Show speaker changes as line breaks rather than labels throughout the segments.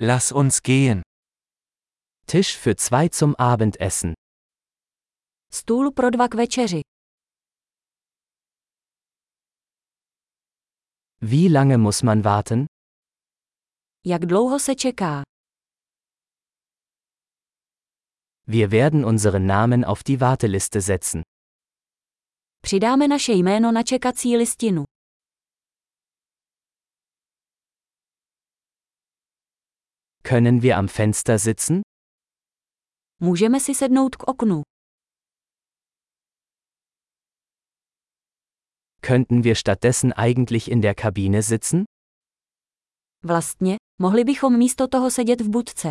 Lass uns gehen. Tisch für zwei zum Abendessen.
Stůl pro dva k večeři.
Wie lange muss man warten?
Jak dlouho se čeká?
Wir werden unseren Namen auf die Warteliste setzen.
Přidáme naše jméno na čekací listinu.
Können wir am Fenster sitzen?
Můžeme si sednout k oknu.
Könnten wir stattdessen eigentlich in der Kabine sitzen?
Vlastně, mohli bychom místo toho sedět v budce.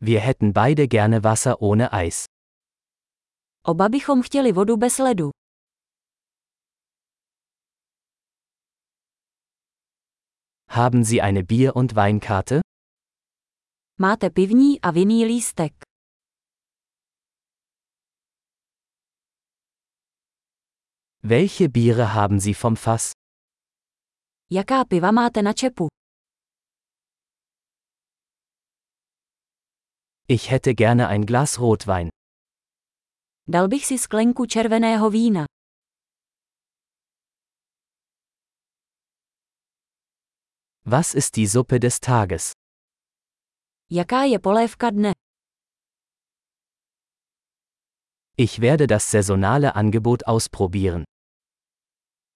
Wir hätten beide gerne Wasser ohne Eis.
Oba bychom chtěli vodu bez ledu.
Haben Sie eine Bier- und Weinkarte?
Máte pivní a vinný lístek.
Welche Biere haben Sie vom Fass?
Jaká piva máte na čepu?
Ich hätte gerne ein Glas Rotwein.
Dal bych si sklenku červeného vína.
Was ist die Suppe des Tages?
Jaká je polévka dne?
Ich werde das saisonale Angebot ausprobieren.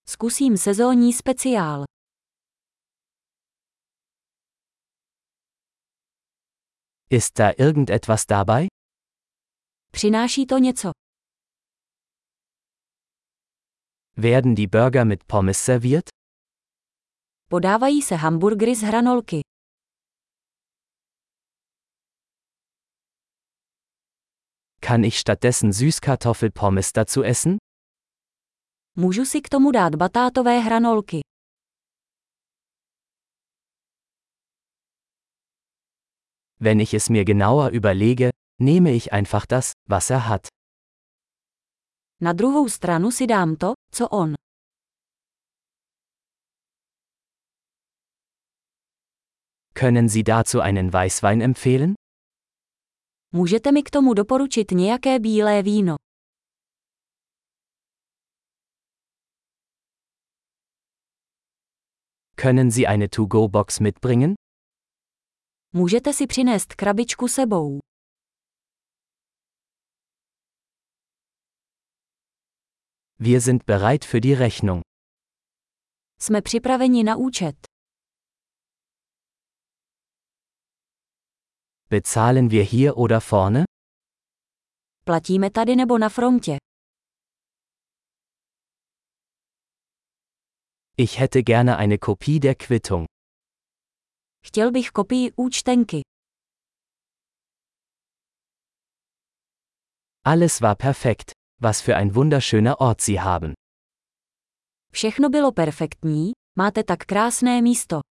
Zkusím sezónní speciál.
Ist da irgendetwas dabei?
Přináší to něco.
Werden die Burger mit Pommes serviert?
Podávají se hamburgery z hranolky.
Kann ich stattdessen Süßkartoffelpommes dazu essen?
Můžu si k tomu dát batátové hranolky.
Wenn ich es mir genauer überlege, nehme ich einfach das, was er hat.
Na druhou stranu si dám to, co on.
Können Sie dazu einen Weißwein empfehlen?
Můžete mi k tomu doporučit nějaké bílé víno.
Können Sie eine To-Go-Box mitbringen?
Můžete si přinést krabičku sebou.
Wir sind bereit für die Rechnung.
Jsme připraveni na účet.
Bezahlen wir hier oder vorne?
Platíme tady nebo na frontě.
Ich hätte gerne eine Kopie der Quittung.
Chtěl bych kopii účtenky.
Alles war perfekt. Was für ein wunderschöner Ort Sie haben.
Všechno bylo perfektní, máte tak krásné místo.